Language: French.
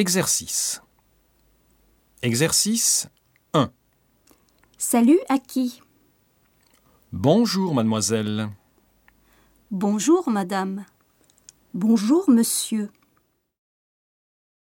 Exercice. Exercice Salut à qui Bonjour, mademoiselle. Bonjour madame. Bonjour monsieur.